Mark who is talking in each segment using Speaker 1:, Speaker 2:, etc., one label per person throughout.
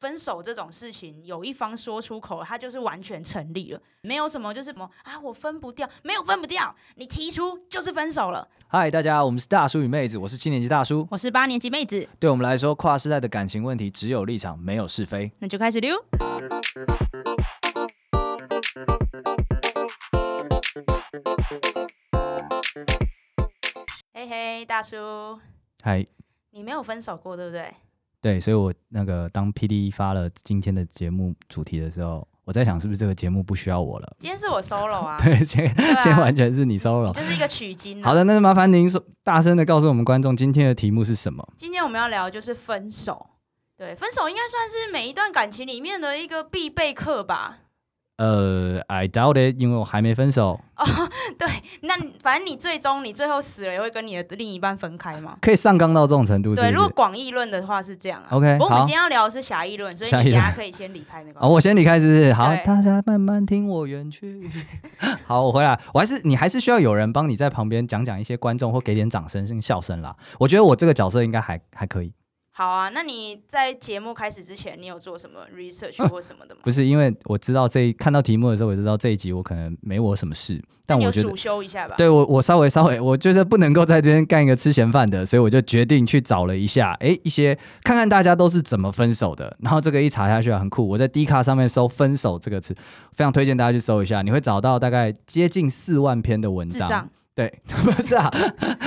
Speaker 1: 分手这种事情，有一方说出口，它就是完全成立了，没有什么就是什么啊，我分不掉，没有分不掉，你提出就是分手了。
Speaker 2: 嗨，大家，我们是大叔与妹子，我是七年级大叔。
Speaker 1: 我是八年级妹子，
Speaker 2: 对我们来说，跨世代的感情问题只有立场，没有是非。
Speaker 1: 那就开始溜。嘿嘿，大叔，
Speaker 2: 嗨，
Speaker 1: 你没有分手过对不对？
Speaker 2: 对，所以我那个当 P D 发了今天的节目主题的时候，我在想是不是这个节目不需要我了？
Speaker 1: 今天是我 solo 啊，
Speaker 2: 对， 嗯今天、
Speaker 1: 啊
Speaker 2: 今天完全是你 solo。
Speaker 1: 就是一个取经、啊。
Speaker 2: 好的，那就麻烦您说，大声的告诉我们观众今天的题目是什么？
Speaker 1: 今天我们要聊的就是分手。对，分手应该算是每一段感情里面的一个必备课吧。
Speaker 2: 呃，I doubt it，因为我还没分手，
Speaker 1: 那你反正你最终你最后死了，也会跟你的另一半分开嘛？
Speaker 2: 可以上纲到这种程度，是
Speaker 1: 对，
Speaker 2: 不
Speaker 1: 如果
Speaker 2: 是？
Speaker 1: 广义论的话是这样啊。
Speaker 2: OK，
Speaker 1: 不过我
Speaker 2: 好
Speaker 1: 们今天要聊的是狭义论，所以
Speaker 2: 狭义
Speaker 1: 你
Speaker 2: 论
Speaker 1: 等下可以先离开，没关
Speaker 2: 哦，
Speaker 1: 系。
Speaker 2: 我先离开，是不是？好，
Speaker 1: 啊对
Speaker 2: 大家慢慢听我远 去。 好，我回来，我还是你还是需要有人帮你在旁边讲讲一些观众或给点掌声、跟笑声啦。我觉得我这个角色应该还还可以，
Speaker 1: 好啊，那你在节目开始之前，你有做什么 research 或什么的吗？
Speaker 2: 不是因为我知道这一看到题目的时候，我知道这一集我可能没我什么事，但
Speaker 1: 你
Speaker 2: 我
Speaker 1: 有
Speaker 2: 觉得
Speaker 1: 数修一下吧。
Speaker 2: 对我，我稍微稍微，我就是不能够在这边干一个吃闲饭的，所以我就决定去找了一下，诶，一些看看大家都是怎么分手的。然后这个一查下去啊，很酷。我在 D 卡上面搜“分手”这个词，非常推荐大家去搜一下，你会找到大概接近四万篇的文
Speaker 1: 智
Speaker 2: 章。
Speaker 1: 障，
Speaker 2: 对， 不是啊，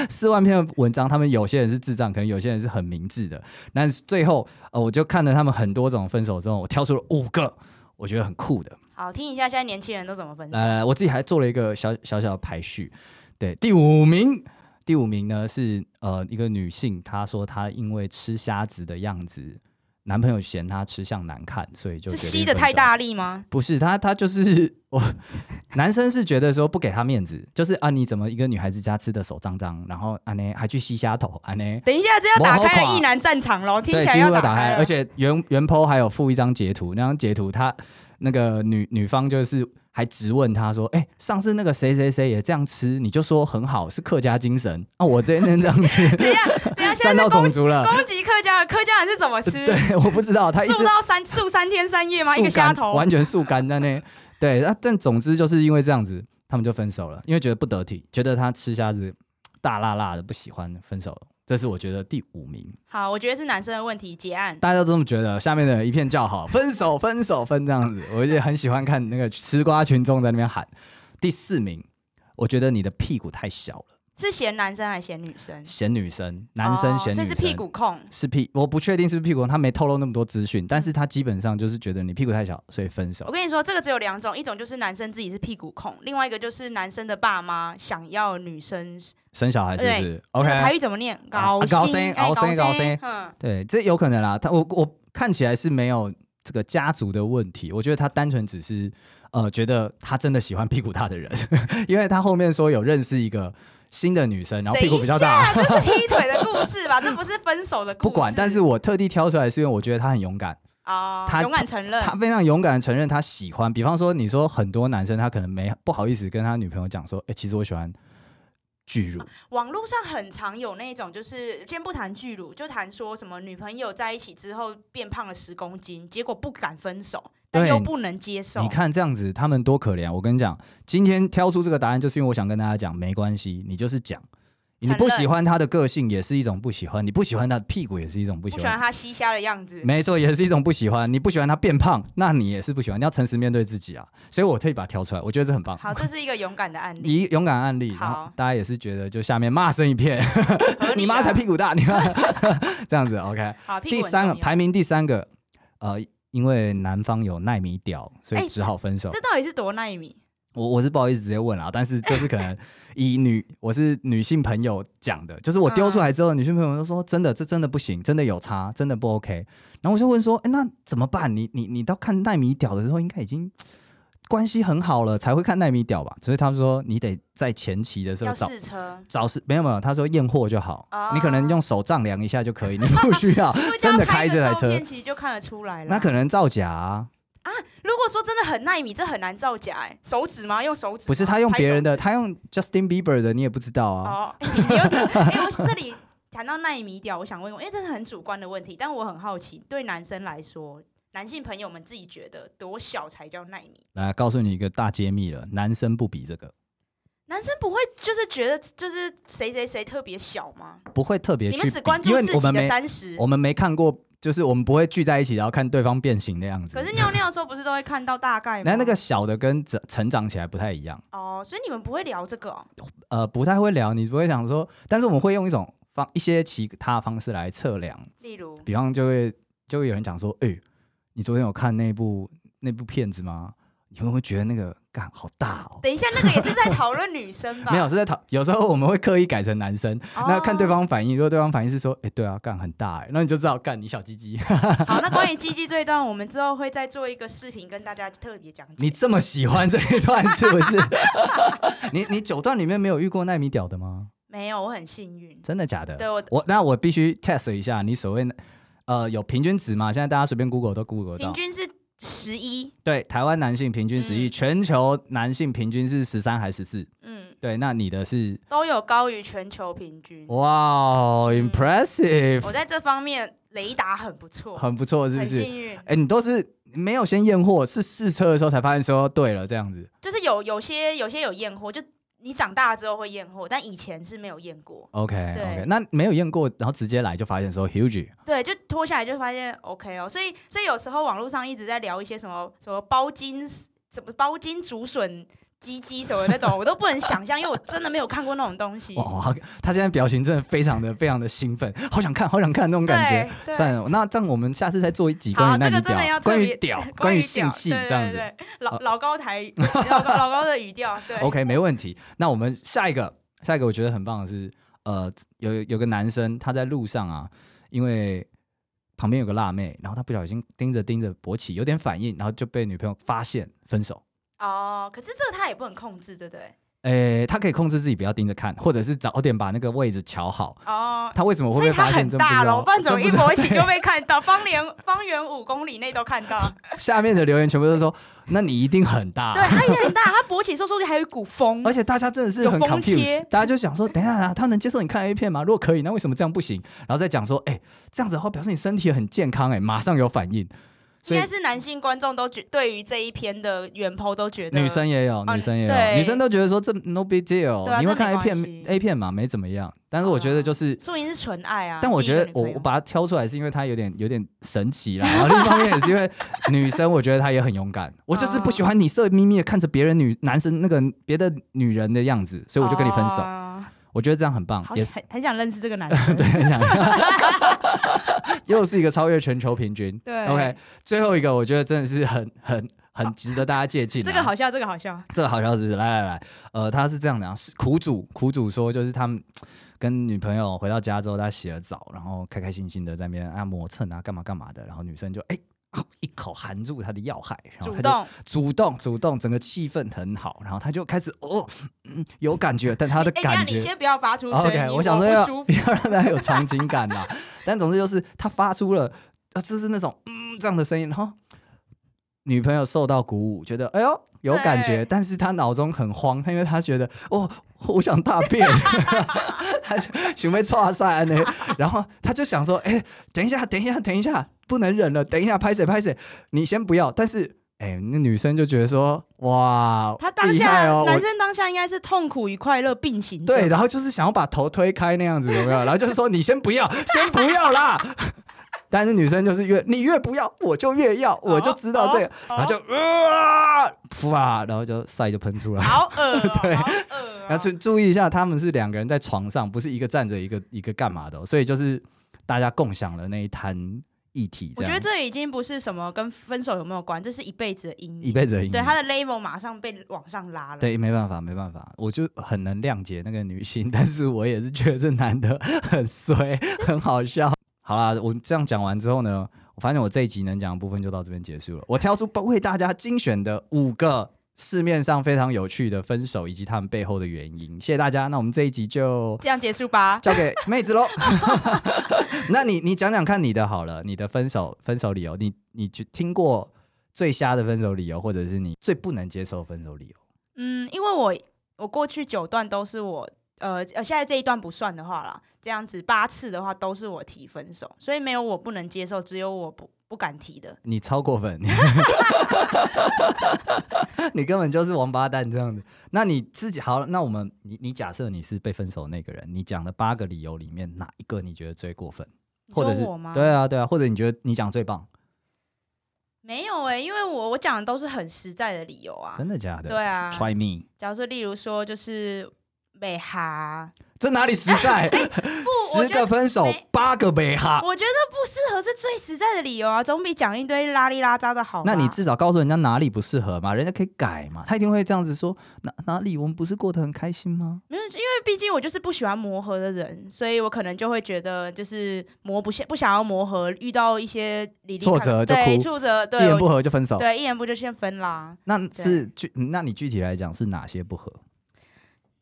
Speaker 2: 四万篇的文章，他们有些人是智障，可能有些人是很明智的。但是最后，呃，我就看了他们很多种分手之后，我挑出了五个我觉得很酷的。
Speaker 1: 好听一下，现在年轻人都怎么分手？
Speaker 2: 来来，我自己还做了一个小小小的排序。对，第五名，第五名呢是呃一个女性，她说她因为吃虾子的样子，男朋友嫌她吃相难看，所以就是决定
Speaker 1: 吸的
Speaker 2: 分
Speaker 1: 太
Speaker 2: 手。
Speaker 1: 大力吗？
Speaker 2: 不是她，她就是 我男生是觉得说不给她面子，就是啊你怎么一个女孩子家吃的手脏脏，然后啊呢还去吸虾头啊呢。
Speaker 1: 等一下，这要打
Speaker 2: 磨好
Speaker 1: 开
Speaker 2: 垮
Speaker 1: 了意男战场喽，听
Speaker 2: 对，
Speaker 1: 起
Speaker 2: 几
Speaker 1: 来
Speaker 2: 乎
Speaker 1: 要
Speaker 2: 要打
Speaker 1: 开
Speaker 2: 开，
Speaker 1: 了。
Speaker 2: 而且原原 po 还有附一张截图，那张截图他那个女女方就是还质问他说：“哎、上次那个谁谁谁也这样吃，你就说很好，是客家精神啊，我这边这样吃
Speaker 1: 等一下，等一 下，现
Speaker 2: 沾
Speaker 1: 在
Speaker 2: 到
Speaker 1: 在攻
Speaker 2: 种
Speaker 1: 击
Speaker 2: 族了。
Speaker 1: 攻击客家人，客家人是怎么”吃？
Speaker 2: 对，我不知道他一直
Speaker 1: 素到三素三天三夜吗？一个
Speaker 2: 速干
Speaker 1: 虾头，
Speaker 2: 完全速干在 那。对，啊，但总之就是因为这样子，他们就分手了，因为觉得不得体，觉得他吃虾子大辣辣的，不喜欢，分手了。这是我觉得第五名。
Speaker 1: 好，我觉得是男生的问题，结案。
Speaker 2: 大家都这么觉得，下面的人一片叫好，分手，分手，分这样子，我也很喜欢看那个吃瓜群众在那边喊。第四名，我觉得你的屁股太小了，
Speaker 1: 是嫌男生还是嫌女生？
Speaker 2: 嫌女生，男生
Speaker 1: 哦
Speaker 2: 嫌女
Speaker 1: 所
Speaker 2: 生，
Speaker 1: 以是屁股控。
Speaker 2: 是屁，我不确定是不是屁股，他没透露那么多资讯，但是他基本上就是觉得你屁股太小，所以分
Speaker 1: 我
Speaker 2: 手。
Speaker 1: 跟你说，这个只有两种，一种就是男生自己是屁股控，另外一个就是男生的爸妈想要女生。
Speaker 2: 生小孩是不是
Speaker 1: 那
Speaker 2: ？OK，
Speaker 1: 个台语怎么念？
Speaker 2: 啊
Speaker 1: 高
Speaker 2: 高
Speaker 1: 薪哎
Speaker 2: 薪高薪
Speaker 1: 高
Speaker 2: 高
Speaker 1: 薪
Speaker 2: 薪。
Speaker 1: 嗯，
Speaker 2: 对，这有可能啦。他我我看起来是没有这个家族的问题，我觉得他单纯只是呃觉得他真的喜欢屁股大的人， 因为他后面说有认识一个新的女生，然后屁股比较
Speaker 1: 等
Speaker 2: 大
Speaker 1: 一，下，这是劈腿的故事吧？这不是分手的故事。
Speaker 2: 不管。但是我特地挑出来是因为我觉得他很勇敢，
Speaker 1: 啊，
Speaker 2: 他
Speaker 1: 勇敢承认。
Speaker 2: 他非常勇敢的承认他喜欢。比方说，你说很多男生他可能没不好意思跟他女朋友讲说，哎、其实我喜欢巨乳，
Speaker 1: 网络上很常有那种，就是呃先不谈巨乳，就谈说什么女朋友在一起之后变胖了十公斤，结果不敢分手，但
Speaker 2: 对
Speaker 1: 又不能接受。
Speaker 2: 你看这样子，他们多可怜啊！我跟你讲，今天挑出这个答案，就是因为我想跟大家讲，没关系，你就是讲，
Speaker 1: 承
Speaker 2: 你
Speaker 1: 认
Speaker 2: 不喜欢他的个性也是一种不喜欢，你不喜欢他的屁股也是一种不喜
Speaker 1: 不喜
Speaker 2: 欢，
Speaker 1: 欢他吸虾的样子。
Speaker 2: 没错，也是一种不喜欢。你不喜欢他变胖，那你也是不喜欢，你要诚实面对自己啊！所以我特意把它挑出来，我觉得这很棒。
Speaker 1: 好，这是一个勇敢的案例，
Speaker 2: 你勇敢案例，
Speaker 1: 好
Speaker 2: 然后大家也是觉得就下面骂声一片，
Speaker 1: 合理
Speaker 2: 你妈
Speaker 1: 啦
Speaker 2: 才屁股大，你妈 这样子 OK。
Speaker 1: 好，啊 屁股
Speaker 2: 第
Speaker 1: 很
Speaker 2: 三个
Speaker 1: 重要
Speaker 2: 排名第三个，呃，因为男方有耐米屌，所
Speaker 1: 哎
Speaker 2: 以只好分手。
Speaker 1: 这到底是多纳米？
Speaker 2: 我我是不好意思直接问啦，但是就是 可能以女我是女性朋友讲的，就是我丢出来
Speaker 1: 嗯
Speaker 2: 之后，女性朋友就说真的这真的不行，真的有差，真的不 OK。然后我就问说，哎、那怎么办？你你你到看奈米屌的时候，应该已经关系很好了才会看奈米屌吧？所以他们说你得在前期的时候
Speaker 1: 要
Speaker 2: 找
Speaker 1: 试车，
Speaker 2: 找是没有没有，他说验货就好，
Speaker 1: 哦
Speaker 2: 你可能用手丈量一下就可以，你不 需要
Speaker 1: 不过
Speaker 2: 真
Speaker 1: 这样
Speaker 2: 的开
Speaker 1: 拍
Speaker 2: 这
Speaker 1: 个
Speaker 2: 台
Speaker 1: 照
Speaker 2: 车
Speaker 1: 片，，其实就看得出来了。
Speaker 2: 那可能造假、啊。
Speaker 1: 如果说真的很纳米，这很难造假哎，手指吗？用手指吗？
Speaker 2: 不是他用别人的，
Speaker 1: 拍手指。
Speaker 2: 他用 Justin Bieber 的，你也不知道啊。
Speaker 1: 哦，哎你又这哎，我这里谈到纳米屌，我想问问，因为这是很主观的问题，但我很好奇，对男生来说，男性朋友们自己觉得多小才叫耐米？
Speaker 2: 来告诉你一个大揭秘了，男生不比这个，
Speaker 1: 男生不会就是觉得就是谁谁谁特别小吗？
Speaker 2: 不会特别
Speaker 1: 你
Speaker 2: 去
Speaker 1: 们只关
Speaker 2: 比，
Speaker 1: 注
Speaker 2: 因为
Speaker 1: 自
Speaker 2: 我
Speaker 1: 己
Speaker 2: 们
Speaker 1: 的
Speaker 2: 没
Speaker 1: 三十
Speaker 2: 我，们没看过，就是我们不会聚在一起，然后看对方变形的样子。
Speaker 1: 可是尿尿的时候不是都会看到大概吗？
Speaker 2: 那那个小的跟成成长起来不太一样，
Speaker 1: 哦，所以你们不会聊这个哦。
Speaker 2: 呃，不太会聊，你不会想说，但是我们会用一种方一些其他方式来测量，
Speaker 1: 例如，
Speaker 2: 比方就会就会有人讲说，哎、你昨天有看那部那部片子吗？你会不会觉得那个干好大哦？
Speaker 1: 等一下那个也是在讨论女生吧？
Speaker 2: 没有，是在讨，有时候我们会刻意改成男生，
Speaker 1: 哦，
Speaker 2: 那看对方反应。如果对方反应是说，哎、对啊，干很大、欸，那你就知道干你小鸡鸡，
Speaker 1: 好，那关于鸡鸡这一段，我们之后会再做一个视频跟大家特别讲解。
Speaker 2: 你这么喜欢这一段是 不是？你你九段里面没有遇过奈米屌的吗？
Speaker 1: 没有，我很幸运。
Speaker 2: 真的假的？
Speaker 1: 对我
Speaker 2: 我那我必须 test 一下你所谓呃有平均值嘛？现在大家随便 Google 都 Google
Speaker 1: 平
Speaker 2: 到，
Speaker 1: 均是十一，
Speaker 2: 对，台湾男性平均十一、
Speaker 1: 嗯
Speaker 2: 全球男性平均是十三还十四？
Speaker 1: 嗯，
Speaker 2: 对，那你的是
Speaker 1: 都有高于全球平均。
Speaker 2: 哇、哦 i
Speaker 1: 嗯
Speaker 2: m p r e s s i v
Speaker 1: 我
Speaker 2: e
Speaker 1: 在这方面雷达很不错，
Speaker 2: 很不错，是不
Speaker 1: 哦很
Speaker 2: 是？
Speaker 1: 幸运。
Speaker 2: 哎、你都是没有先验货，是试车的时候才发现说对了这样子。
Speaker 1: 就是有有些有些有验货，就你长大之后会验货，但以前是没有验过。
Speaker 2: OK
Speaker 1: 对
Speaker 2: OK，那没有验过，然后直接来就发现说 huge，
Speaker 1: 对，就脱下来就发现 OK 哦，所以所以有时候网络上一直在聊一些什么什么包金什么包金竹笋鸡鸡什么那种，我都不能想 象，因为我真的没有看过那种东西。
Speaker 2: 哇哇，好他现在表情真的非常的非常的兴奋， 好想看，好想看那种
Speaker 1: 对
Speaker 2: 感觉。
Speaker 1: 对
Speaker 2: 算了，那这样我们下次再做一集关
Speaker 1: 好，
Speaker 2: 于那
Speaker 1: 这
Speaker 2: 你
Speaker 1: 个真的要
Speaker 2: 屌、
Speaker 1: 特
Speaker 2: 关
Speaker 1: 别
Speaker 2: 于屌、
Speaker 1: 关
Speaker 2: 于
Speaker 1: 屌
Speaker 2: 性器
Speaker 1: 对
Speaker 2: 这样子。
Speaker 1: 对对老老高台 老高老高的语调，对
Speaker 2: OK，没问题。那我们下一个，下一个我觉得很棒的是，呃，有有个男生他在路上啊，因为旁边有个辣妹，然后他不小心盯着盯着勃起，有点反应，然后就被女朋友发现分手。
Speaker 1: 哦，可是这个他也不能控制，对不对？
Speaker 2: 诶，他可以控制自己不要盯着看，或者是早点把那个位置瞧好。
Speaker 1: 哦。
Speaker 2: 他为什么会
Speaker 1: 所以
Speaker 2: 被
Speaker 1: 他
Speaker 2: 发现？
Speaker 1: 很
Speaker 2: 真不知
Speaker 1: 大
Speaker 2: 道
Speaker 1: 楼，不然怎么
Speaker 2: 真
Speaker 1: 一
Speaker 2: 不知道
Speaker 1: 勃起就被看到？方圆方圆五公里内都看到。
Speaker 2: 下面的留言全部都说，那你一定很大。
Speaker 1: 对，它也很大，它勃起的时候说不定还有一股风
Speaker 2: 而。且大家真的是
Speaker 1: 有
Speaker 2: 很
Speaker 1: 风
Speaker 2: confused，
Speaker 1: 切
Speaker 2: 大家就想说，等一下啊，他能接受你看 A 片吗？如果可以，那为什么这样不行？然后再讲说，哎、这样子的话表示你身体很健康、哎，马上有反应。所
Speaker 1: 应
Speaker 2: 以
Speaker 1: 该是男性观众都觉对于这一篇的原 po 都觉得
Speaker 2: 女生也有，
Speaker 1: 哦
Speaker 2: 女生也有，
Speaker 1: 对
Speaker 2: 女生都觉得说这 no big deal，、
Speaker 1: 对啊
Speaker 2: 你会
Speaker 1: 这没
Speaker 2: 看 A
Speaker 1: 关
Speaker 2: 片
Speaker 1: 系啊
Speaker 2: A 片嘛，没怎么样。但是我觉得就是。
Speaker 1: 说明是纯爱啊。
Speaker 2: 但我
Speaker 1: 第一
Speaker 2: 觉
Speaker 1: 个女
Speaker 2: 得我
Speaker 1: 朋友
Speaker 2: 我把它挑出来是因为它有点有点神奇啦，然后另一方面也是 因为女生，我觉得她也很勇敢。我就是不喜
Speaker 1: 哦
Speaker 2: 欢你色眯眯的看着别人女男生那个别的女人的样子，所以我就跟你分手。
Speaker 1: 哦
Speaker 2: 我觉得这样很棒，
Speaker 1: 好
Speaker 2: 也
Speaker 1: 想
Speaker 2: 是
Speaker 1: 很很想认识这个男生。
Speaker 2: 对，很想又是一个超越全球平均。
Speaker 1: 对
Speaker 2: OK，最后一个我觉得真的是很很很值得大家借鉴、啊。
Speaker 1: 这个好笑，这个好笑。
Speaker 2: 这个好消息，来来来，呃，他是这样的、啊，是苦主苦主说，就是他们跟女朋友回到家之后，他洗了澡，然后开开心心的在那边啊磨蹭啊干嘛干嘛的，然后女生就哎、啊一口含住他的要害，然后
Speaker 1: 主
Speaker 2: 他就
Speaker 1: 动，
Speaker 2: 主动主动，整个气氛很好，然后他就开始哦、嗯有感觉，但他的
Speaker 1: 哎，等一下
Speaker 2: 感觉哦
Speaker 1: 你先不要发出声
Speaker 2: OK，
Speaker 1: 音，
Speaker 2: 我想说要
Speaker 1: 不舒
Speaker 2: 不
Speaker 1: 服。
Speaker 2: 要让大家有场景感啦。 但总之就是他发出了，呃，就是那种嗯这样的声音，然后女朋友受到鼓舞，觉得哎呦有感觉，
Speaker 1: 对
Speaker 2: 但是她脑中很慌，因为她觉得哦我想大便， 她准备错赛呢，然后她就想说，哎、等一下，等一下，等一下，不能忍了，等一下拍谁拍谁，你先不要，但是。哎、那女生就觉得说，哇，
Speaker 1: 他当
Speaker 2: 厉
Speaker 1: 下
Speaker 2: 害哦，我
Speaker 1: 男生当下应该是痛苦与快乐并行者。
Speaker 2: 对，然后就是想要把头推开那样子，有没有？ 然后就是说你先不要， 先不要啦。 但是女生就是越你越不要，我就越要，我就知道这个，
Speaker 1: 哦
Speaker 2: 然后就啊，噗啊，然后就塞就喷出 来。
Speaker 1: 好恶哦，
Speaker 2: 对
Speaker 1: 好恶哦。
Speaker 2: 然后注注意一下，他们是两个人在床上，不是一个站着一个一个干嘛的哦、所以就是大家共享了那一滩液体这
Speaker 1: 我
Speaker 2: 样。
Speaker 1: 觉得这已经不是什么跟分手有没有关，这是一辈子的阴
Speaker 2: 一
Speaker 1: 影。
Speaker 2: 辈子的阴
Speaker 1: 对
Speaker 2: 影。
Speaker 1: 他的 level 马上被往上拉了。
Speaker 2: 对，没办法，没办法，我就很能谅解那个女性，但是我也是觉得这男的很衰，很好笑。好啦，我这样讲完之后呢，我发现我这一集能讲的部分就到这边结束了。我挑出为大家精选的五个市面上非常有趣的分手以及他们背后的原因，谢谢大家。那我们这一集就
Speaker 1: 这样结束吧。
Speaker 2: 交给妹子喽。 那你你讲讲看你的好了，你的分手分手理由，你你去听过最瞎的分手理由，或者是你最不能接受的分手理由？
Speaker 1: 嗯，因为我我过去九段都是我呃呃，现在这一段不算的话啦，这样子八次的话都是我提分手，所以没有我不能接受，只有我不。不敢提的。
Speaker 2: 你超过分， 你根本就是王八蛋这样子。那你自己好，那我们你你假设你是被分手的那个人，你讲的八个理由里面哪一个你觉得最过分，
Speaker 1: 你
Speaker 2: 或者
Speaker 1: 说
Speaker 2: 是
Speaker 1: 我吗
Speaker 2: 对啊对啊，或者你觉得你讲最棒，
Speaker 1: 没有哎、因为我我讲的都是很实在的理由啊。
Speaker 2: 真的假的？
Speaker 1: 对啊，
Speaker 2: ，Try me，
Speaker 1: 假如说例如说就是美哈，
Speaker 2: 这哪里实 在？
Speaker 1: 不，我
Speaker 2: 十
Speaker 1: 觉
Speaker 2: 个
Speaker 1: 得
Speaker 2: 分手
Speaker 1: 没，
Speaker 2: 八个没哈。
Speaker 1: 我觉得不适合是最实在的理由啊，总比讲一堆拉里拉扎的好吧。
Speaker 2: 那你至少告诉人家哪里不适合嘛，人家可以改嘛。他一定会这样子说，哪哪里我们不是过得很开心吗？
Speaker 1: 没有，因为毕竟我就是不喜欢磨合的人，所以我可能就会觉得就是磨不下，不想要磨合，遇到一些理
Speaker 2: 挫折就
Speaker 1: 对
Speaker 2: 哭
Speaker 1: 挫折，
Speaker 2: 一
Speaker 1: 对
Speaker 2: 言
Speaker 1: 我
Speaker 2: 不合就分手，
Speaker 1: 对一言不就先分啦。
Speaker 2: 那是具，那你具体来讲是哪些不合？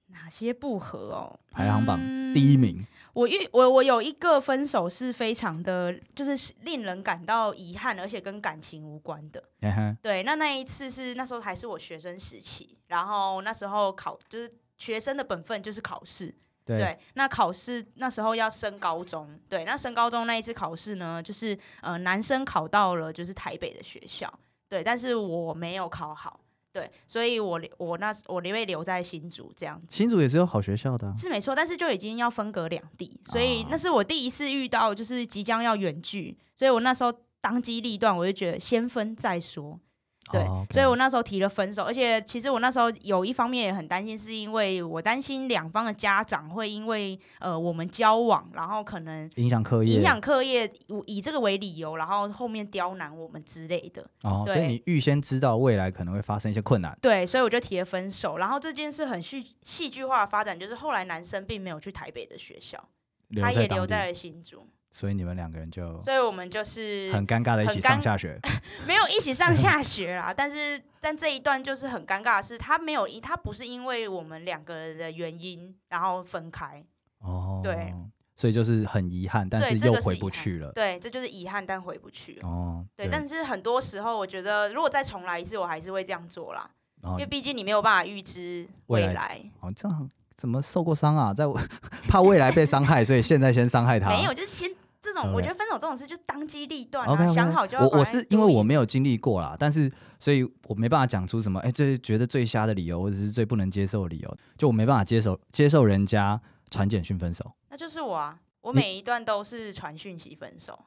Speaker 1: 哪些不合哦？
Speaker 2: 排行榜
Speaker 1: 嗯
Speaker 2: 第一名，
Speaker 1: 我遇我我有一个分手是非常的，就是令人感到遗憾，而且跟感情无关的。
Speaker 2: 嘿嘿
Speaker 1: 对，那那一次是那时候还是我学生时期，然后那时候考就是学生的本分就是考试，
Speaker 2: 对
Speaker 1: 对，那考试那时候要升高中，对，那升高中那一次考试呢，就是呃男生考到了就是台北的学校，对，但是我没有考好，对，所以我留我那我留留在新竹这样子。
Speaker 2: 新竹也是有好学校的啊、
Speaker 1: 是没错，但是就已经要分隔两地，所以
Speaker 2: 啊
Speaker 1: 那是我第一次遇到，就是即将要远距，所以我那时候当机立断，我就觉得先分再说。对
Speaker 2: 哦，OK
Speaker 1: 所以我那时候提了分手，而且其实我那时候有一方面也很担心，是因为我担心两方的家长会因为呃我们交往，然后可能
Speaker 2: 影响课业，
Speaker 1: 影响课业，以以这个为理由，然后后面刁难我们之类的。
Speaker 2: 哦，所以
Speaker 1: 对
Speaker 2: 你预先知道未来可能会发生一些困难，
Speaker 1: 对，所以我就提了分手。然后这件事很戏戏剧化的发展，就是后来男生并没有去台北的学校，
Speaker 2: 留
Speaker 1: 他
Speaker 2: 在
Speaker 1: 也
Speaker 2: 当
Speaker 1: 留在
Speaker 2: 地，
Speaker 1: 了新竹。
Speaker 2: 所以你们两个人就
Speaker 1: 所以我们就是
Speaker 2: 很尴尬的一起
Speaker 1: 很
Speaker 2: 上
Speaker 1: 尴
Speaker 2: 下学，
Speaker 1: 没有一起上下学啦， 但是但这一段就是很尴尬的是，他没有因他不是因为我们两个人的原因然后分开，
Speaker 2: 哦，
Speaker 1: 对，
Speaker 2: 所以就是很遗憾，但
Speaker 1: 对
Speaker 2: 是
Speaker 1: 这
Speaker 2: 又
Speaker 1: 个是
Speaker 2: 回
Speaker 1: 遗
Speaker 2: 不
Speaker 1: 憾
Speaker 2: 去了，
Speaker 1: 对，这就是遗憾，但回不去了。
Speaker 2: 呃哦，
Speaker 1: 对，但是很多时候我觉得，如果再重来一次，我还是会这样做啦，
Speaker 2: 哦
Speaker 1: 因为毕竟你没有办法预知
Speaker 2: 未
Speaker 1: 未
Speaker 2: 来
Speaker 1: 来。
Speaker 2: 哦，这样怎么受过伤啊？在我 怕未来被伤害，所以现在先伤害他。
Speaker 1: 没有，就是先这种，
Speaker 2: OK
Speaker 1: 我觉得分手这种事就是当机立断啊
Speaker 2: OK，, o k
Speaker 1: 想好就要
Speaker 2: 我
Speaker 1: 把它
Speaker 2: 我是因为
Speaker 1: do it
Speaker 2: 我没有经历过啦，但是所以我没办法讲出什么，哎、最觉得最瞎的理由，或者是最不能接受的理由，就我没办法接受接受人家传简讯分手。
Speaker 1: 那就是我啊，我
Speaker 2: 你
Speaker 1: 每一段都是传讯息分手。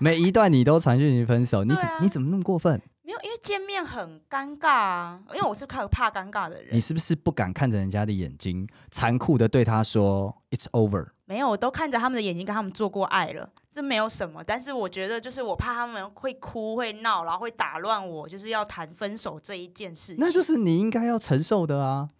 Speaker 2: 每一段你都传讯息分手，你
Speaker 1: 对
Speaker 2: 怎、
Speaker 1: 啊
Speaker 2: 你怎么那么过分？
Speaker 1: 没有，因为见面很尴尬啊，因为我是怕怕尴尬的人
Speaker 2: 你。是不是不敢看着人家的眼睛，残酷的对他说 “It's over”？
Speaker 1: 没有，我都看着他们的眼睛，跟他们做过爱了，这没有什么。但是我觉得，就是我怕他们会哭、会闹，然后会打乱我，就是要谈分手这一件事情。
Speaker 2: 那就是你应该要承受的啊。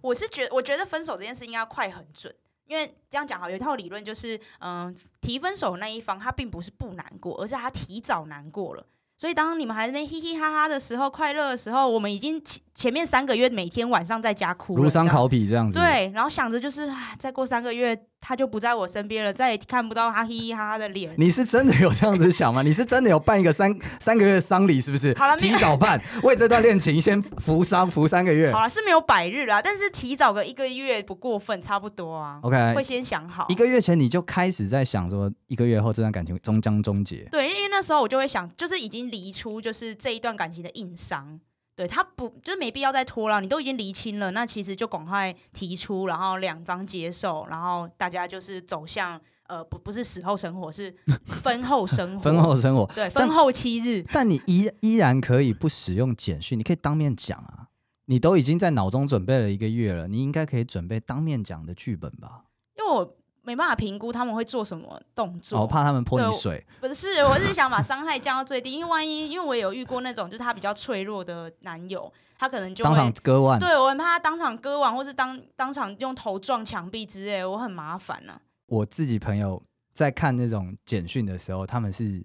Speaker 1: 我是觉我觉得分手这件事应该要快很准，因为这样讲好，有一套理论就是，嗯、提分手那一方他并不是不难过，而是他提早难过了。所以当你们还在那边嘻嘻哈哈的时候，快乐的时候，我们已经前前面三个月每天晚上在家哭了，
Speaker 2: 如山
Speaker 1: 你知道吗
Speaker 2: 考妣这样子，，
Speaker 1: 对，然后想着就是，唉再过三个月他就不在我身边了，再也看不到他嘻嘻哈哈的脸。
Speaker 2: 你是真的有这样子想吗？你是真的有办一个三三个月的丧礼是不是？
Speaker 1: 好了没
Speaker 2: 提
Speaker 1: 有
Speaker 2: 早办，为这段恋情先扶丧扶三个月
Speaker 1: 好。了，是没有百日啦，但是提早个一个月不过分，差不多啊。
Speaker 2: OK，
Speaker 1: 会先想好
Speaker 2: 哦一个月前你就开始在想说，一个月后这段感情终将终结。
Speaker 1: 对，因为那时候我就会想，就是已经离出，就是这一段感情的硬伤。对他不就是没必要再拖了，你都已经离清了，那其实就赶快提出，然后两方接受，然后大家就是走向呃不不是死后生活，是 婚后生活，
Speaker 2: 婚后生活，
Speaker 1: 对
Speaker 2: 但
Speaker 1: 婚后七日，
Speaker 2: 但你依依然可以不使用简讯，你可以当面讲啊。你都已经在脑中准备了一个月了，你应该可以准备当面讲的剧本吧？
Speaker 1: 因为我没办法评估他们会做什么动作，
Speaker 2: 哦我、怕他们泼你
Speaker 1: 哦对
Speaker 2: 水，
Speaker 1: 不是，我是想把伤害降到最低，因为万一，因为我也有遇过那种，就是他比较脆弱的男友，他可能就
Speaker 2: 当
Speaker 1: 会，
Speaker 2: 场割腕。
Speaker 1: 对我很怕他当场割腕，或是当当场用头撞墙壁之类，我很麻烦啊呢、
Speaker 2: 我自己朋友在看那种简讯的时候，他们是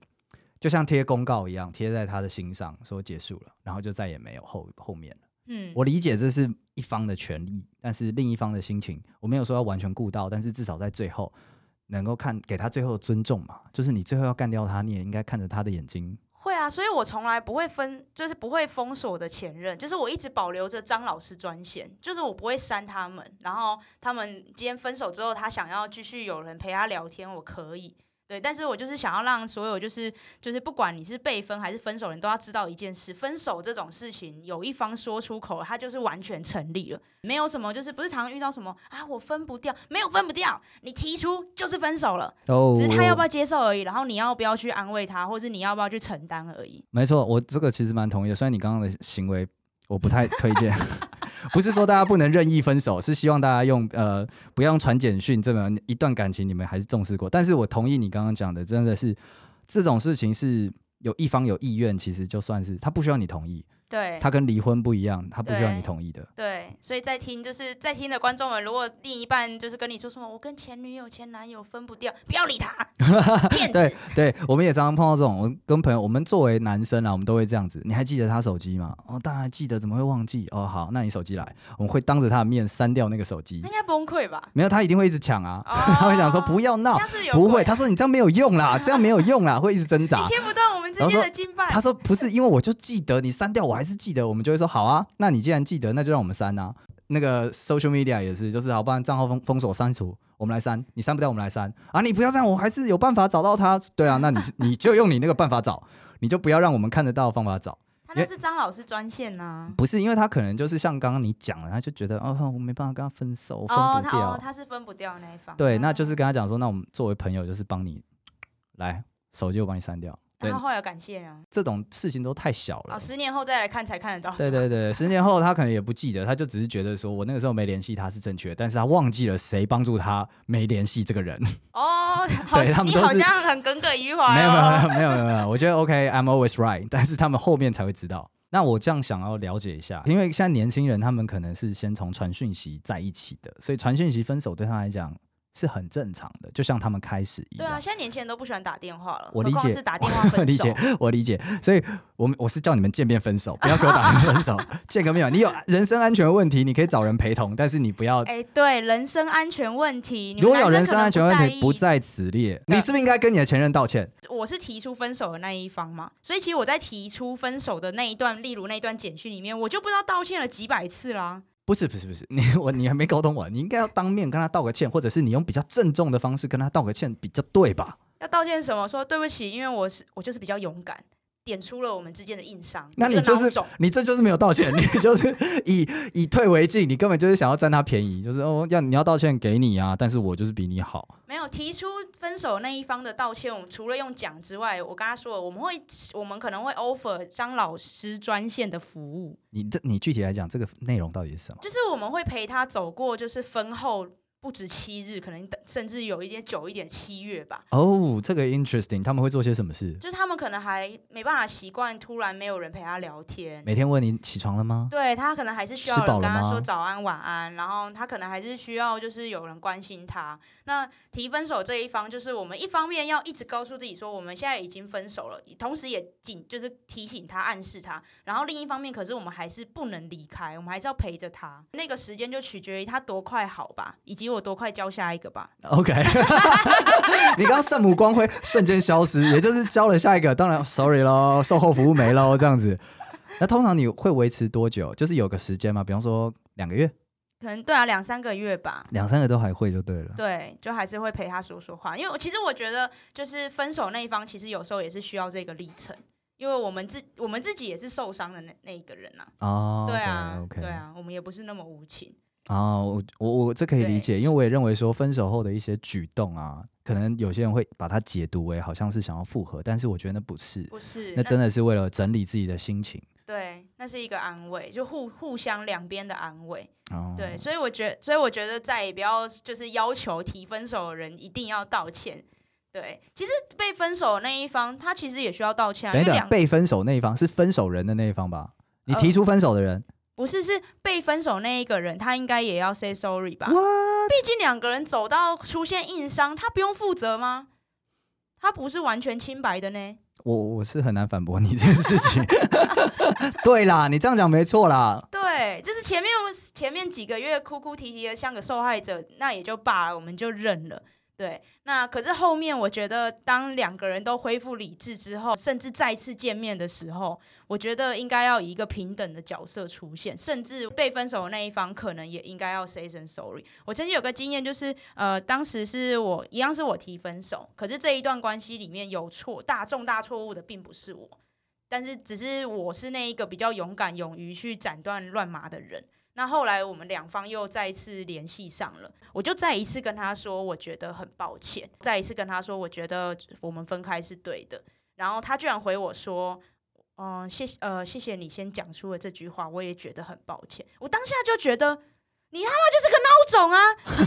Speaker 2: 就像贴公告一样贴在他的心上，说结束了，然后就再也没有后后面了。
Speaker 1: 嗯，
Speaker 2: 我理解这是一方的权利，但是另一方的心情，我没有说要完全顾到，但是至少在最后能够看给他最后的尊重嘛，就是你最后要干掉他，你也应该看着他的眼睛。
Speaker 1: 会啊，所以我从来不会分，就是不会封锁我的前任，就是我一直保留着张老师专线，就是我不会删他们，然后他们今天分手之后，他想要继续有人陪他聊天，我可以。对，但是我就是想要让所有就是就是不管你是被分还是分手人都要知道一件事，分手这种事情有一方说出口了，它就是完全成立了，没有什么就是不是常遇到什么啊我分不掉，没有分不掉，你提出就是分手了，
Speaker 2: 哦
Speaker 1: 只是他要不要接受而已，然后你要不要去安慰他，或是你要不要去承担而已。
Speaker 2: 没错，我这个其实蛮同意的。虽然你刚刚的行为我不太推荐，不是说大家不能任意分手，是希望大家用呃不要用传简讯这么一段感情，你们还是重视过。但是我同意你刚刚讲的，真的是这种事情是有一方有意愿，其实就算是他不需要你同意，
Speaker 1: 对，
Speaker 2: 他跟离婚不一样，他不需要
Speaker 1: 对
Speaker 2: 你同意的。
Speaker 1: 对，所以在听就是在听的观众们，如果另一半就是跟你说什么“我跟前女友、前男友分不掉”，不要理 他，骗
Speaker 2: 对
Speaker 1: 子。
Speaker 2: 对，我们也常常碰到这种，我跟朋友，我们作为男生啊，我们都会这样子。你还记得他手机吗？哦，当然记得，怎么会忘记？哦，好，那你手机来，我们会当着他的面删掉那个手机
Speaker 1: 他。应该崩溃吧？
Speaker 2: 没有，他一定会一直抢啊，
Speaker 1: 嗯哦
Speaker 2: 他会想说不要
Speaker 1: 这
Speaker 2: 闹，
Speaker 1: 样是有
Speaker 2: 不
Speaker 1: 鬼
Speaker 2: 会，他说你这样没有用啦，这样没有用啦，会一直挣扎
Speaker 1: 你。切不断我们之
Speaker 2: 然后
Speaker 1: 间
Speaker 2: 说
Speaker 1: 的羁绊。
Speaker 2: 他说不是，因为我就记得你删掉，我还是记得，我们就会说好啊，那你既然记得，那就让我们删啊。那个 social media 也是，就是好，不然账号封封锁删除，我们来删，你删不掉我们来删啊，你不要这样，我还是有办法找到他。对啊，那你你就 用你那个办法找，你就不要让我们看得到的方法找。
Speaker 1: 他那是张老师专线呐、
Speaker 2: 不是，因为他可能就是像刚刚你讲的，他就觉得哦，我没办法跟他嗯分手，我分
Speaker 1: 哦，
Speaker 2: 不
Speaker 1: 他
Speaker 2: 掉。
Speaker 1: 哦他是分不掉的那一方。
Speaker 2: 对，那
Speaker 1: 哦
Speaker 2: 就是跟他讲说，那我们作为朋友，就是帮你来手机，我帮你删掉。对
Speaker 1: 然，后后来有感谢啊，
Speaker 2: 这种事情都太小了
Speaker 1: 哦，。十年后再来看才看 得到。
Speaker 2: 对
Speaker 1: 是吧
Speaker 2: 对对，十年后他可能也不记得，他就只是觉得说我那个时候没联系他是正确的，但是他忘记了谁帮助他没联系这个人。
Speaker 1: 哦，好，
Speaker 2: 对他们
Speaker 1: 你
Speaker 2: 都
Speaker 1: 好
Speaker 2: 是
Speaker 1: 像很耿耿于怀、哦。
Speaker 2: 没有没有没有没有没有没有，我觉得 OK，I'm、always right，但是他们后面才会知道。那我这样想要了解一下，因为现在年轻人他们可能是先从传讯息在一起的，所以传讯息分手对他来讲是很正常的，就像他们开始一
Speaker 1: 对
Speaker 2: 样
Speaker 1: 啊，。现在年轻人都不喜欢打电话了，
Speaker 2: 我
Speaker 1: 何
Speaker 2: 理
Speaker 1: 况
Speaker 2: 解
Speaker 1: 是打电话分
Speaker 2: 理
Speaker 1: 手
Speaker 2: 解。，我理解，所以我们我是叫你们见面分手，不要给我打算分手， 见个面吧。你有人身安全的问题，你可以找人陪同，但是你不要。
Speaker 1: 哎、对，人身安全问题，你们
Speaker 2: 如果有人
Speaker 1: 男
Speaker 2: 身
Speaker 1: 生
Speaker 2: 安全问
Speaker 1: 可能
Speaker 2: 题，不
Speaker 1: 在
Speaker 2: 在此列，
Speaker 1: 对
Speaker 2: 你是不是应该跟你的前任道歉？
Speaker 1: 意，我是提出分手的那一方嘛，所以其实我在提出分手的那一段，例如那一段简讯里面，我就不知道道歉了几百次啦。
Speaker 2: 不是不是不是，你我你还没沟通完，你应该要当面跟他道个歉，或者是你用比较郑重的方式跟他道个歉比较对吧？
Speaker 1: 要道歉什么？说对不起，因为我是我就是比较勇敢，点出了我们之间的硬伤。
Speaker 2: 那
Speaker 1: 这
Speaker 2: 你
Speaker 1: 个
Speaker 2: 就
Speaker 1: 孬
Speaker 2: 是
Speaker 1: 种
Speaker 2: 你这就是没有道歉， 你就是以以退为进，你根本就是想要占他便宜，就是哦要你要道歉给你啊，但是我就是比你好。
Speaker 1: 没有提出分手那一方的道歉，我们除了用讲之外，我跟他说了，我们会我们可能会 offer 张老师专线的服务。
Speaker 2: 你这你具体来讲，这个内容到底是什么？
Speaker 1: 就是我们会陪他走过，就是婚后不止七日，可能等甚至有一点久一点七月吧。
Speaker 2: 哦，这个 interesting，他们会做些什么事？
Speaker 1: 就是他们可能还没办法习惯，突然没有人陪他聊天。
Speaker 2: 每天问你起床了吗？
Speaker 1: 对他可能还是需要
Speaker 2: 吃
Speaker 1: 人
Speaker 2: 饱
Speaker 1: 跟
Speaker 2: 了
Speaker 1: 他说
Speaker 2: 吗
Speaker 1: 早安晚安，然后他可能还是需要就是有人关心他。那提分手这一方，就是我们一方面要一直告诉自己说我们现在已经分手了，同时也警就是提醒他暗示他，然后另一方面可是我们还是不能离开，我们还是要陪着他。那个时间就取决于他多快好吧，以及我多快交下一个吧。
Speaker 2: OK，你刚刚圣母光辉瞬间消失，也就是交了下一个，当然 sorry 咯，售后服务没咯，这样子。那通常你会维持多久？就是有个时间吗？比方说两个月、
Speaker 1: 可能对啊，两三个月吧。
Speaker 2: 两三个都还会就对了。
Speaker 1: 对，就还是会陪他说说话，因为我其实我觉得，就是分手那一方，其实有时候也是需要这个历程，因为我们自我们自己也是受伤的那那一个人呐、
Speaker 2: 哦，
Speaker 1: 对啊
Speaker 2: o k
Speaker 1: 对。啊，我们也不是那么无情，
Speaker 2: 哦，我我我这可以理
Speaker 1: 对
Speaker 2: 解，因为我也认为说分手后的一些举动啊，可能有些人会把它解读为好像是想要复合，但是我觉得那不是，
Speaker 1: 不是
Speaker 2: 那真的是为了整理自己的心情。
Speaker 1: 对，那是一个安慰，就互互相两边的安慰。
Speaker 2: 哦，
Speaker 1: 对，所以我觉所以我觉得再也不要就是要求提分手的人一定要道歉。对，其实被分手的那一方，他其实也需要道歉、啊，
Speaker 2: 等
Speaker 1: 因
Speaker 2: 一
Speaker 1: 为两
Speaker 2: 等，被分手那一方是分手人的那一方吧？你
Speaker 1: 呃
Speaker 2: 提出分手的人，
Speaker 1: 不是是被分手那一个人，他应该也要 say sorry 吧？
Speaker 2: What？
Speaker 1: 毕竟两个人走到出现硬伤，他不用负责吗？他不是完全清白的呢。
Speaker 2: 我我是很难反驳你这件事情。 对啦，你这样讲没错啦。
Speaker 1: 对，就是前面前面几个月哭哭啼啼的像个受害者，那也就罢了，我们就认了。对，那可是后面我觉得，当两个人都恢复理智之后，甚至再次见面的时候，我觉得应该要以一个平等的角色出现，甚至被分手的那一方可能也应该要 say 声 sorry。我曾经有个经验就是，呃，当时是我一样是我提分手，可是这一段关系里面有错大重大错误的并不是我，但是只是我是那一个比较勇敢、勇于去斩断乱麻的人。那后来我们两方又再一次联系上了，我就再一次跟他说，我觉得很抱歉，再一次跟他说，我觉得我们分开是对的。然后他居然回我说。嗯，谢谢呃，谢谢你先讲出了这句话，我也觉得很抱歉。我当下就觉得你他妈就是个孬种啊！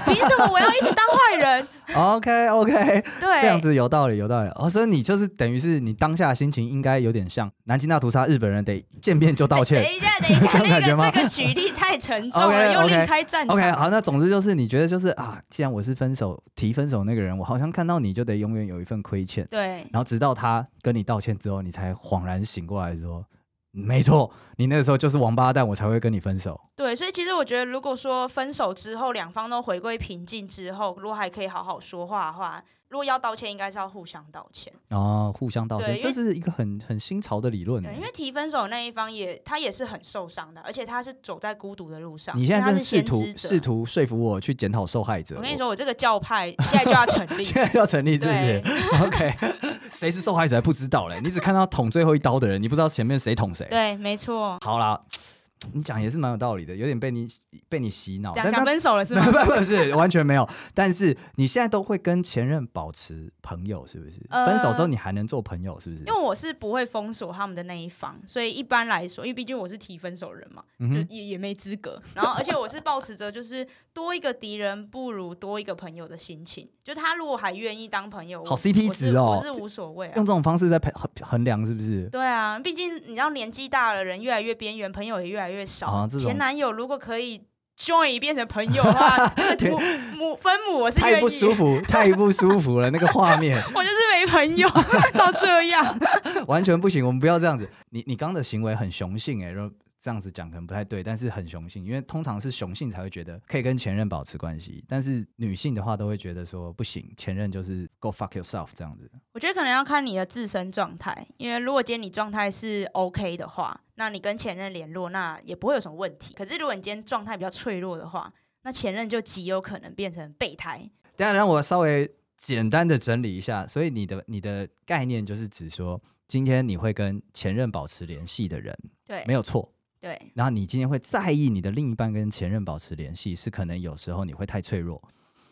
Speaker 1: 凭什么我要一直当坏人？
Speaker 2: OK OK，
Speaker 1: 对，
Speaker 2: 这样子有道理有道理。哦，所以你就是等于是你当下的心情应该有点像南京大屠杀，日本人得见面就道歉
Speaker 1: 等。一下，等一下，
Speaker 2: 这
Speaker 1: 那
Speaker 2: 种感觉吗
Speaker 1: 个这个举例太沉重了，
Speaker 2: OK，OK
Speaker 1: 又另开战场。
Speaker 2: OK，好，那总之就是你觉得就是啊，既然我是分手提分手那个人，我好像看到你就得永远有一份亏欠，
Speaker 1: 对
Speaker 2: 然后直到他跟你道歉之后，你才恍然醒过来说，没错，你那个时候就是王八蛋，我才会跟你分手。
Speaker 1: 对，所以其实我觉得，如果说分手之后两方都回归平静之后，如果还可以好好说话的话，如果要道歉，应该是要互相道歉。
Speaker 2: 哦，互相道
Speaker 1: 对
Speaker 2: 歉，
Speaker 1: 因为
Speaker 2: 这是一个很很新潮的理论呢。欸
Speaker 1: 对，因为提分手的那一方也他也是很受伤的，而且他是走在孤独的路上。
Speaker 2: 你现在
Speaker 1: 因为他
Speaker 2: 正
Speaker 1: 是
Speaker 2: 试
Speaker 1: 先
Speaker 2: 图
Speaker 1: 知者
Speaker 2: 试。图说服我去检讨受害者。
Speaker 1: 我跟你说，我这个教派现在就要成立
Speaker 2: 我。 现在要成立是不
Speaker 1: 对
Speaker 2: 是？OK，谁 是受害者还不知道嘞，你只看到捅最后一刀的人，你不知道前面谁捅谁。
Speaker 1: 对，没错。
Speaker 2: 好啦，你讲也是蛮有道理的，有点被你被你洗脑，
Speaker 1: 讲
Speaker 2: 但
Speaker 1: 讲
Speaker 2: 他
Speaker 1: 分手了是吗？
Speaker 2: 不不是完全没有。但是你现在都会跟前任保持朋友，是不是？
Speaker 1: 呃
Speaker 2: 分手之后你还能做朋友，是不是
Speaker 1: 因？为我是不会封锁他们的那一方，所以一般来说，因为毕竟我是提分手人嘛，
Speaker 2: 嗯
Speaker 1: 就
Speaker 2: 哼，
Speaker 1: 也也没资格。然后，而且我是抱持着就是多一个敌人不如多一个朋友的心情，就他如果还愿意当朋友，我
Speaker 2: 好 CP
Speaker 1: 我是
Speaker 2: 值哦
Speaker 1: 我是无所谓啊
Speaker 2: 用这。种方式在衡衡量，是不是？
Speaker 1: 对啊，毕竟你知道年纪大了，人越来越边缘，朋友也越来越少。
Speaker 2: 啊这种
Speaker 1: 前男友如果可以 join 变成朋友的 话，那个母母分母我是
Speaker 2: 太
Speaker 1: 愿
Speaker 2: 不舒
Speaker 1: 意，
Speaker 2: 服， 太不舒服了，那个画面
Speaker 1: 我就是没朋友 到这样。
Speaker 2: 完全不行。我们不要这样子。你你刚刚的行为很雄性哎、然后这样子讲可能不太对，但是很雄性，因为通常是雄性才会觉得可以跟前任保持关系，但是女性的话都会觉得说不行，前任就是 go fuck yourself 这样子。
Speaker 1: 我觉得可能要看你的自身状态，因为如果今天你状态是 OK 的话，那你跟前任联络，那也不会有什么问题。可是如果你今天状态比较脆弱的话，那前任就极有可能变成备胎。
Speaker 2: 等一下让我稍微简单的整理一下，所以你的你的概念就是指说，今天你会跟前任保持联系的人
Speaker 1: 对
Speaker 2: 没有错，
Speaker 1: 对
Speaker 2: 然后你今天会在意你的另一半跟前任保持联系，是可能有时候你会太脆弱，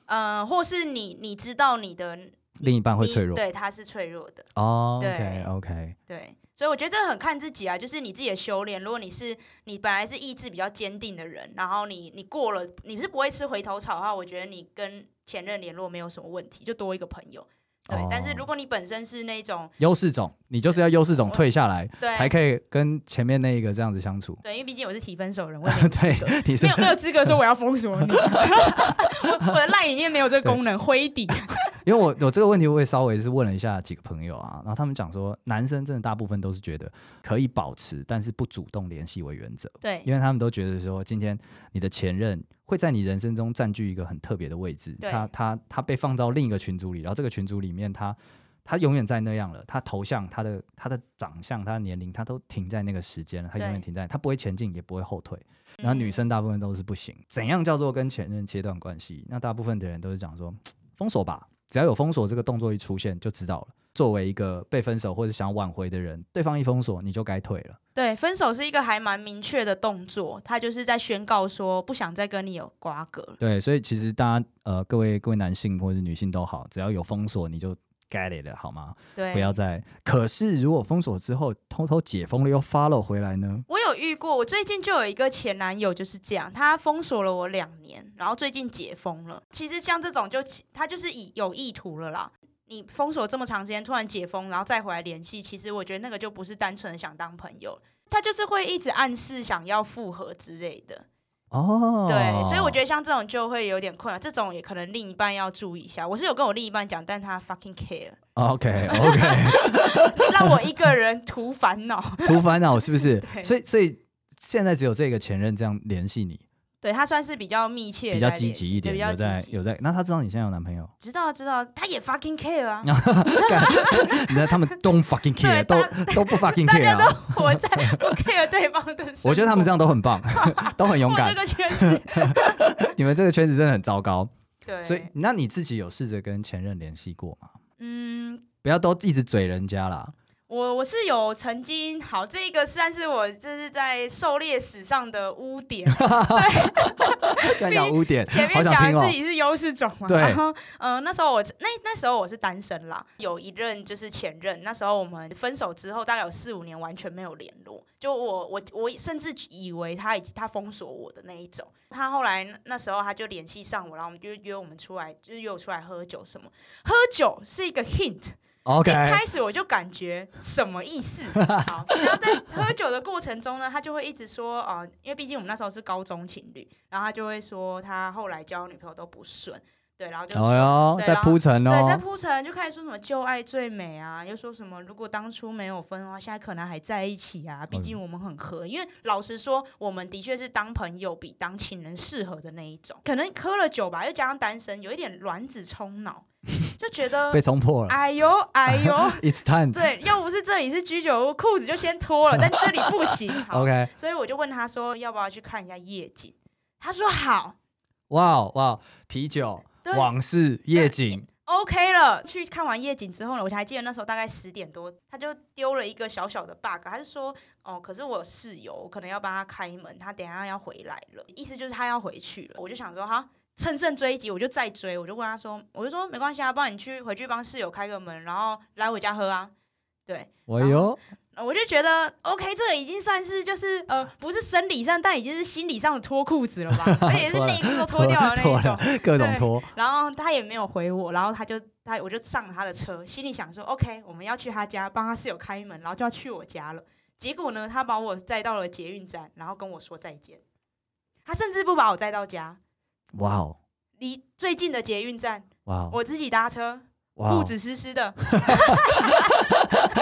Speaker 1: 呃，或是你你知道你的
Speaker 2: 另一半会
Speaker 1: 你
Speaker 2: 脆弱。
Speaker 1: 对，他是脆弱的，
Speaker 2: 哦、o
Speaker 1: 对
Speaker 2: k OK，
Speaker 1: 对。所以我觉得这很看自己啊，就是你自己的修炼。如果你是你本来是意志比较坚定的人，然后你你过了，你是不会吃回头草的话，我觉得你跟前任联络没有什么问题，就多一个朋友。对，但是
Speaker 2: 哦
Speaker 1: 如果你本身是那种
Speaker 2: 优势种，你就是要优势种退下来，
Speaker 1: 对。
Speaker 2: 才可以跟前面那一个这样子相处
Speaker 1: 对，因为毕竟我是提分手人，我也没有资格
Speaker 2: 对，你是
Speaker 1: 没有没有资格说我要封锁 你，我我的赖里面没有这个功能，灰底。
Speaker 2: 因为我我这个问题，我也稍微是问了一下几个朋友啊，然后他们讲说，男生真的大部分都是觉得可以保持，但是不主动联系为原则。
Speaker 1: 对
Speaker 2: 因为他们都觉得说，今天你的前任会在你人生中占据一个很特别的位置，
Speaker 1: 对
Speaker 2: 他他他被放到另一个群组里，然后这个群组里面他他永远在那样了，他头像、他的他的长相、他的年龄，他都停在那个时间了，他永远
Speaker 1: 对嗯
Speaker 2: 停在，他不会前进，也不会后退。然后女生大部分都是不行，怎样叫做跟前任切断关系？那大部分的人都是讲说，封锁吧，只要有封锁这个动作一出现就知道了。作为一个被分手或者想挽回的人，对方一封锁你就该退了。
Speaker 1: 对，分手是一个还蛮明确的动作，他就是在宣告说不想再跟你有瓜葛了。
Speaker 2: 对，所以其实大家呃，各位各位男性或者是女性都好，只要有封锁，你就 get it 了，好吗？
Speaker 1: 对，
Speaker 2: 不要再。可是如果封锁之后偷偷解封了又 follow 回来呢？
Speaker 1: 我有遇过，我最近就有一个前男友就是这样，他封锁了我两年，然后最近解封了。其实像这种就其他就是以有意图了啦。你封锁这么长时间，突然解封，然后再回来联系，其实我觉得那个就不是单纯的想当朋友，他就是会一直暗示想要复合之类的。
Speaker 2: 哦，
Speaker 1: 对，所以我觉得像这种就会有点困扰，这种也可能另一半要注意一下。我是有跟我另一半讲，但他 fucking care，
Speaker 2: 得 OK OK，
Speaker 1: 让我一个人 徒烦恼。
Speaker 2: 图烦恼是不是？
Speaker 1: 对
Speaker 2: 所以所以现在只有这个前任这样联系你，
Speaker 1: 对他算是比较密切，
Speaker 2: 比较积极一点，
Speaker 1: 比较
Speaker 2: 有在
Speaker 1: 积极
Speaker 2: 有在。那他知道你现在有男朋友，
Speaker 1: 知道知道，他也 fucking care 啊，
Speaker 2: 哦干你知道他们 don't fucking care，
Speaker 1: 对
Speaker 2: 都
Speaker 1: 大
Speaker 2: 都不 fucking
Speaker 1: 大家
Speaker 2: care
Speaker 1: 都
Speaker 2: 啊。
Speaker 1: 活在 不 care 对方的生活。
Speaker 2: 我觉得他们这样都很棒， 都很勇
Speaker 1: 过
Speaker 2: 敢
Speaker 1: 这。个圈 子，
Speaker 2: 你们这个圈子真的很糟糕。
Speaker 1: 对，
Speaker 2: 所以，那你自己有试着跟前任联系过吗？
Speaker 1: 嗯，
Speaker 2: 不要都一直嘴人家 啦。
Speaker 1: 我我是有曾经好，这个算是我就是在狩猎史上的污点。
Speaker 2: 居然讲污点，
Speaker 1: 前
Speaker 2: 好
Speaker 1: 面
Speaker 2: 想
Speaker 1: 讲
Speaker 2: 听
Speaker 1: 的
Speaker 2: 哦
Speaker 1: 自。己是优势种嘛，
Speaker 2: 对
Speaker 1: 然后嗯、呃那时候我那那时候我是单身啦，有一任就是前任，那时候我们分手之后大概有四五年完全没有联络，就我我我甚至以为他已经他封锁我的那一种，他后来那时候他就联系上我，然后我们就约我们出来，就是约我出来喝酒什么，喝酒是一个 hint，
Speaker 2: OK，
Speaker 1: 一开始我就感觉什么意思？好，然后在喝酒的过程中呢，他就会一直说，呃，因为毕竟我们那时候是高中情侣，然后他就会说他后来交女朋友都不顺，对，然后就说。
Speaker 2: 哎呦，
Speaker 1: 对
Speaker 2: 在
Speaker 1: 然后
Speaker 2: 铺陈
Speaker 1: 对，在
Speaker 2: 哦。
Speaker 1: 铺陈就开始说什么旧爱最美啊，又说什么如果当初没有分的话，哦现在可能还在一起啊，毕竟我们很合。因为老实说，我们的确是当朋友比当情人适合的那一种。可能喝了酒吧，又加上单身，有一点卵子冲脑，就觉得
Speaker 2: 被冲破了
Speaker 1: 哎呦哎呦，
Speaker 2: ，It's time。
Speaker 1: 对，要不是这里是居酒屋，裤子就先脱了，但这里不行。好
Speaker 2: OK，
Speaker 1: 所以我就问他说，要不要去看一下夜景？他说好
Speaker 2: 哇哦哇哦，啤酒、
Speaker 1: 对
Speaker 2: 往事、夜景，
Speaker 1: ，OK 了。去看完夜景之后呢，我还记得那时候大概十点多，他就丢了一个小小的 bug，他就说，哦，可是我有室友，我可能要帮他开门，他等一下要回来了，意思就是他要回去了。我就想说，哈。乘胜追击，我就再追，我就问他说，我就说没关系啊，帮你去回去帮室友开个门，然后来我家喝啊。对，
Speaker 2: 哎呦，
Speaker 1: 呃我就觉得 OK，这个已经算是就是呃，不是生理上，但已经是心理上的脱裤子了 吧，而且是内裤都脱掉的那
Speaker 2: 脱
Speaker 1: 一
Speaker 2: 了
Speaker 1: 种。
Speaker 2: 各种
Speaker 1: 对
Speaker 2: 拖，
Speaker 1: 然后他也没有回我，然后他就他我就上了他的车，心里想说 OK，我们要去他家帮他室友开门，然后就要去我家了。结果呢，他把我载到了捷运站，然后跟我说再见。他甚至不把我载到家，
Speaker 2: 哇哦
Speaker 1: 离最近的捷运站，
Speaker 2: 哇哦
Speaker 1: 我自己搭车，
Speaker 2: 哇
Speaker 1: 裤
Speaker 2: 哦，
Speaker 1: 子湿湿的，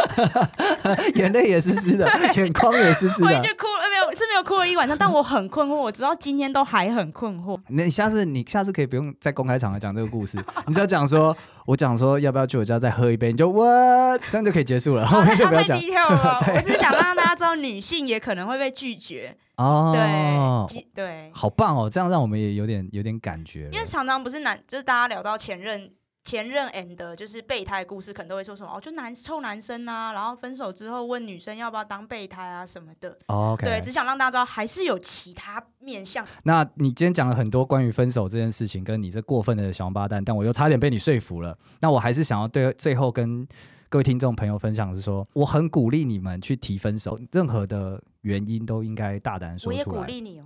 Speaker 2: 眼泪也湿湿的，眼眶也湿湿
Speaker 1: 回
Speaker 2: 的。
Speaker 1: 去哭了没有？是没有哭了一晚上，但我很困惑，我直到今天都还很困惑。
Speaker 2: 那你下次你下次可以不用在公开场合讲这个故事， 你只要讲说，我讲说要不要去我家再喝一杯，你就 what，这样就可以结束了，后 面就哦不要讲，
Speaker 1: 哦太 detail 了
Speaker 2: 对
Speaker 1: 我只是想让大家知道，女性也可能会被拒绝。
Speaker 2: 哦
Speaker 1: 对。其，对，
Speaker 2: 好棒哦，这样让我们也有点有点感觉了
Speaker 1: 因为常常不是男，就是大家聊到前任。前任 and 就是备胎故事，可能都会说什么哦，就男臭男生啊，然后分手之后问女生要不要当备胎啊什么的。
Speaker 2: 哦 OK，
Speaker 1: 对，只想让大家知道还是有其他面向。
Speaker 2: 那你今天讲了很多关于分手这件事情，跟你这过分的小王八蛋，但我又差点被你说服了。那我还是想要对最后跟各位听众朋友分享的是说，我很鼓励你们去提分手，任何的原因都应该大胆
Speaker 1: 我
Speaker 2: 说
Speaker 1: 也
Speaker 2: 出
Speaker 1: 鼓
Speaker 2: 来，
Speaker 1: 励你哦，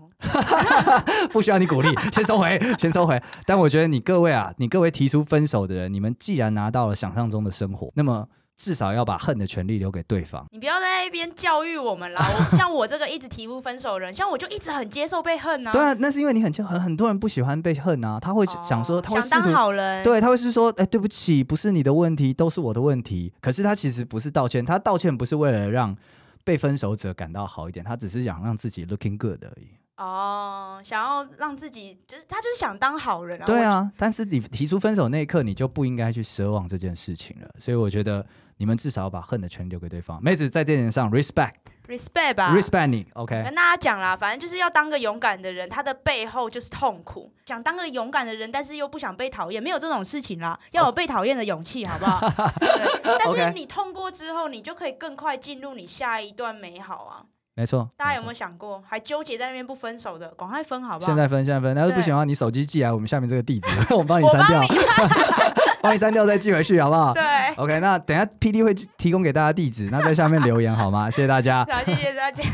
Speaker 2: 不需要你 鼓励，先收回，先收回。但我觉得你各位啊，你各位提出分手的人，你们既然拿到了想象中的生活，那么至少要把恨的权利留给对方。
Speaker 1: 你不要在那边教育我们啦。我 像我这个一直提不分手的人，像我就一直很接受被恨啊。
Speaker 2: 对啊，那是因为你很就很很多人不喜欢被恨啊，他会
Speaker 1: 哦
Speaker 2: 想说，他会
Speaker 1: 想
Speaker 2: 试图
Speaker 1: 当好人，
Speaker 2: 对，他会是说，哎、对不起，不是你的问题，都是我的问题。可是他其实不是道歉，他道歉不是为了让被分手者感到好一点，他只是想让自己 looking good 而已。
Speaker 1: 哦，想要让自己就是他就是想当好人啊。
Speaker 2: 对
Speaker 1: 我，
Speaker 2: 啊，但是你提出分手那一刻，你就不应该去奢望这件事情了。所以我觉得你们至少要把恨的权留给对方。妹子在这点上
Speaker 1: respect
Speaker 2: respect，respect、
Speaker 1: 吧。嗯
Speaker 2: 你，OK。
Speaker 1: 跟大家讲啦，反正就是要当个勇敢的人，他的背后就是痛苦。想当个勇敢的人，但是又不想被讨厌，没有这种事情啦。要有被讨厌的勇气，好不 好？对但
Speaker 2: 哦 OK
Speaker 1: 是你痛过之后，你就可以更快进入你下一段美好啊！
Speaker 2: 没错，
Speaker 1: 大家
Speaker 2: 没
Speaker 1: 有没有想过，还纠结在那边不分手的，赶快分好不
Speaker 2: 错
Speaker 1: 好？
Speaker 2: 现在分，现在分。那就不
Speaker 1: 对
Speaker 2: 行的话，你手机寄来我们下面这个 地址，我们帮你
Speaker 1: 我
Speaker 2: 删
Speaker 1: 帮
Speaker 2: 掉， 帮你删掉再寄回去，好不好？
Speaker 1: 对，
Speaker 2: OK，那等一下 PD 会提供给大家地址，那在下面留言好吗？谢谢大家。
Speaker 1: 好，谢谢大家。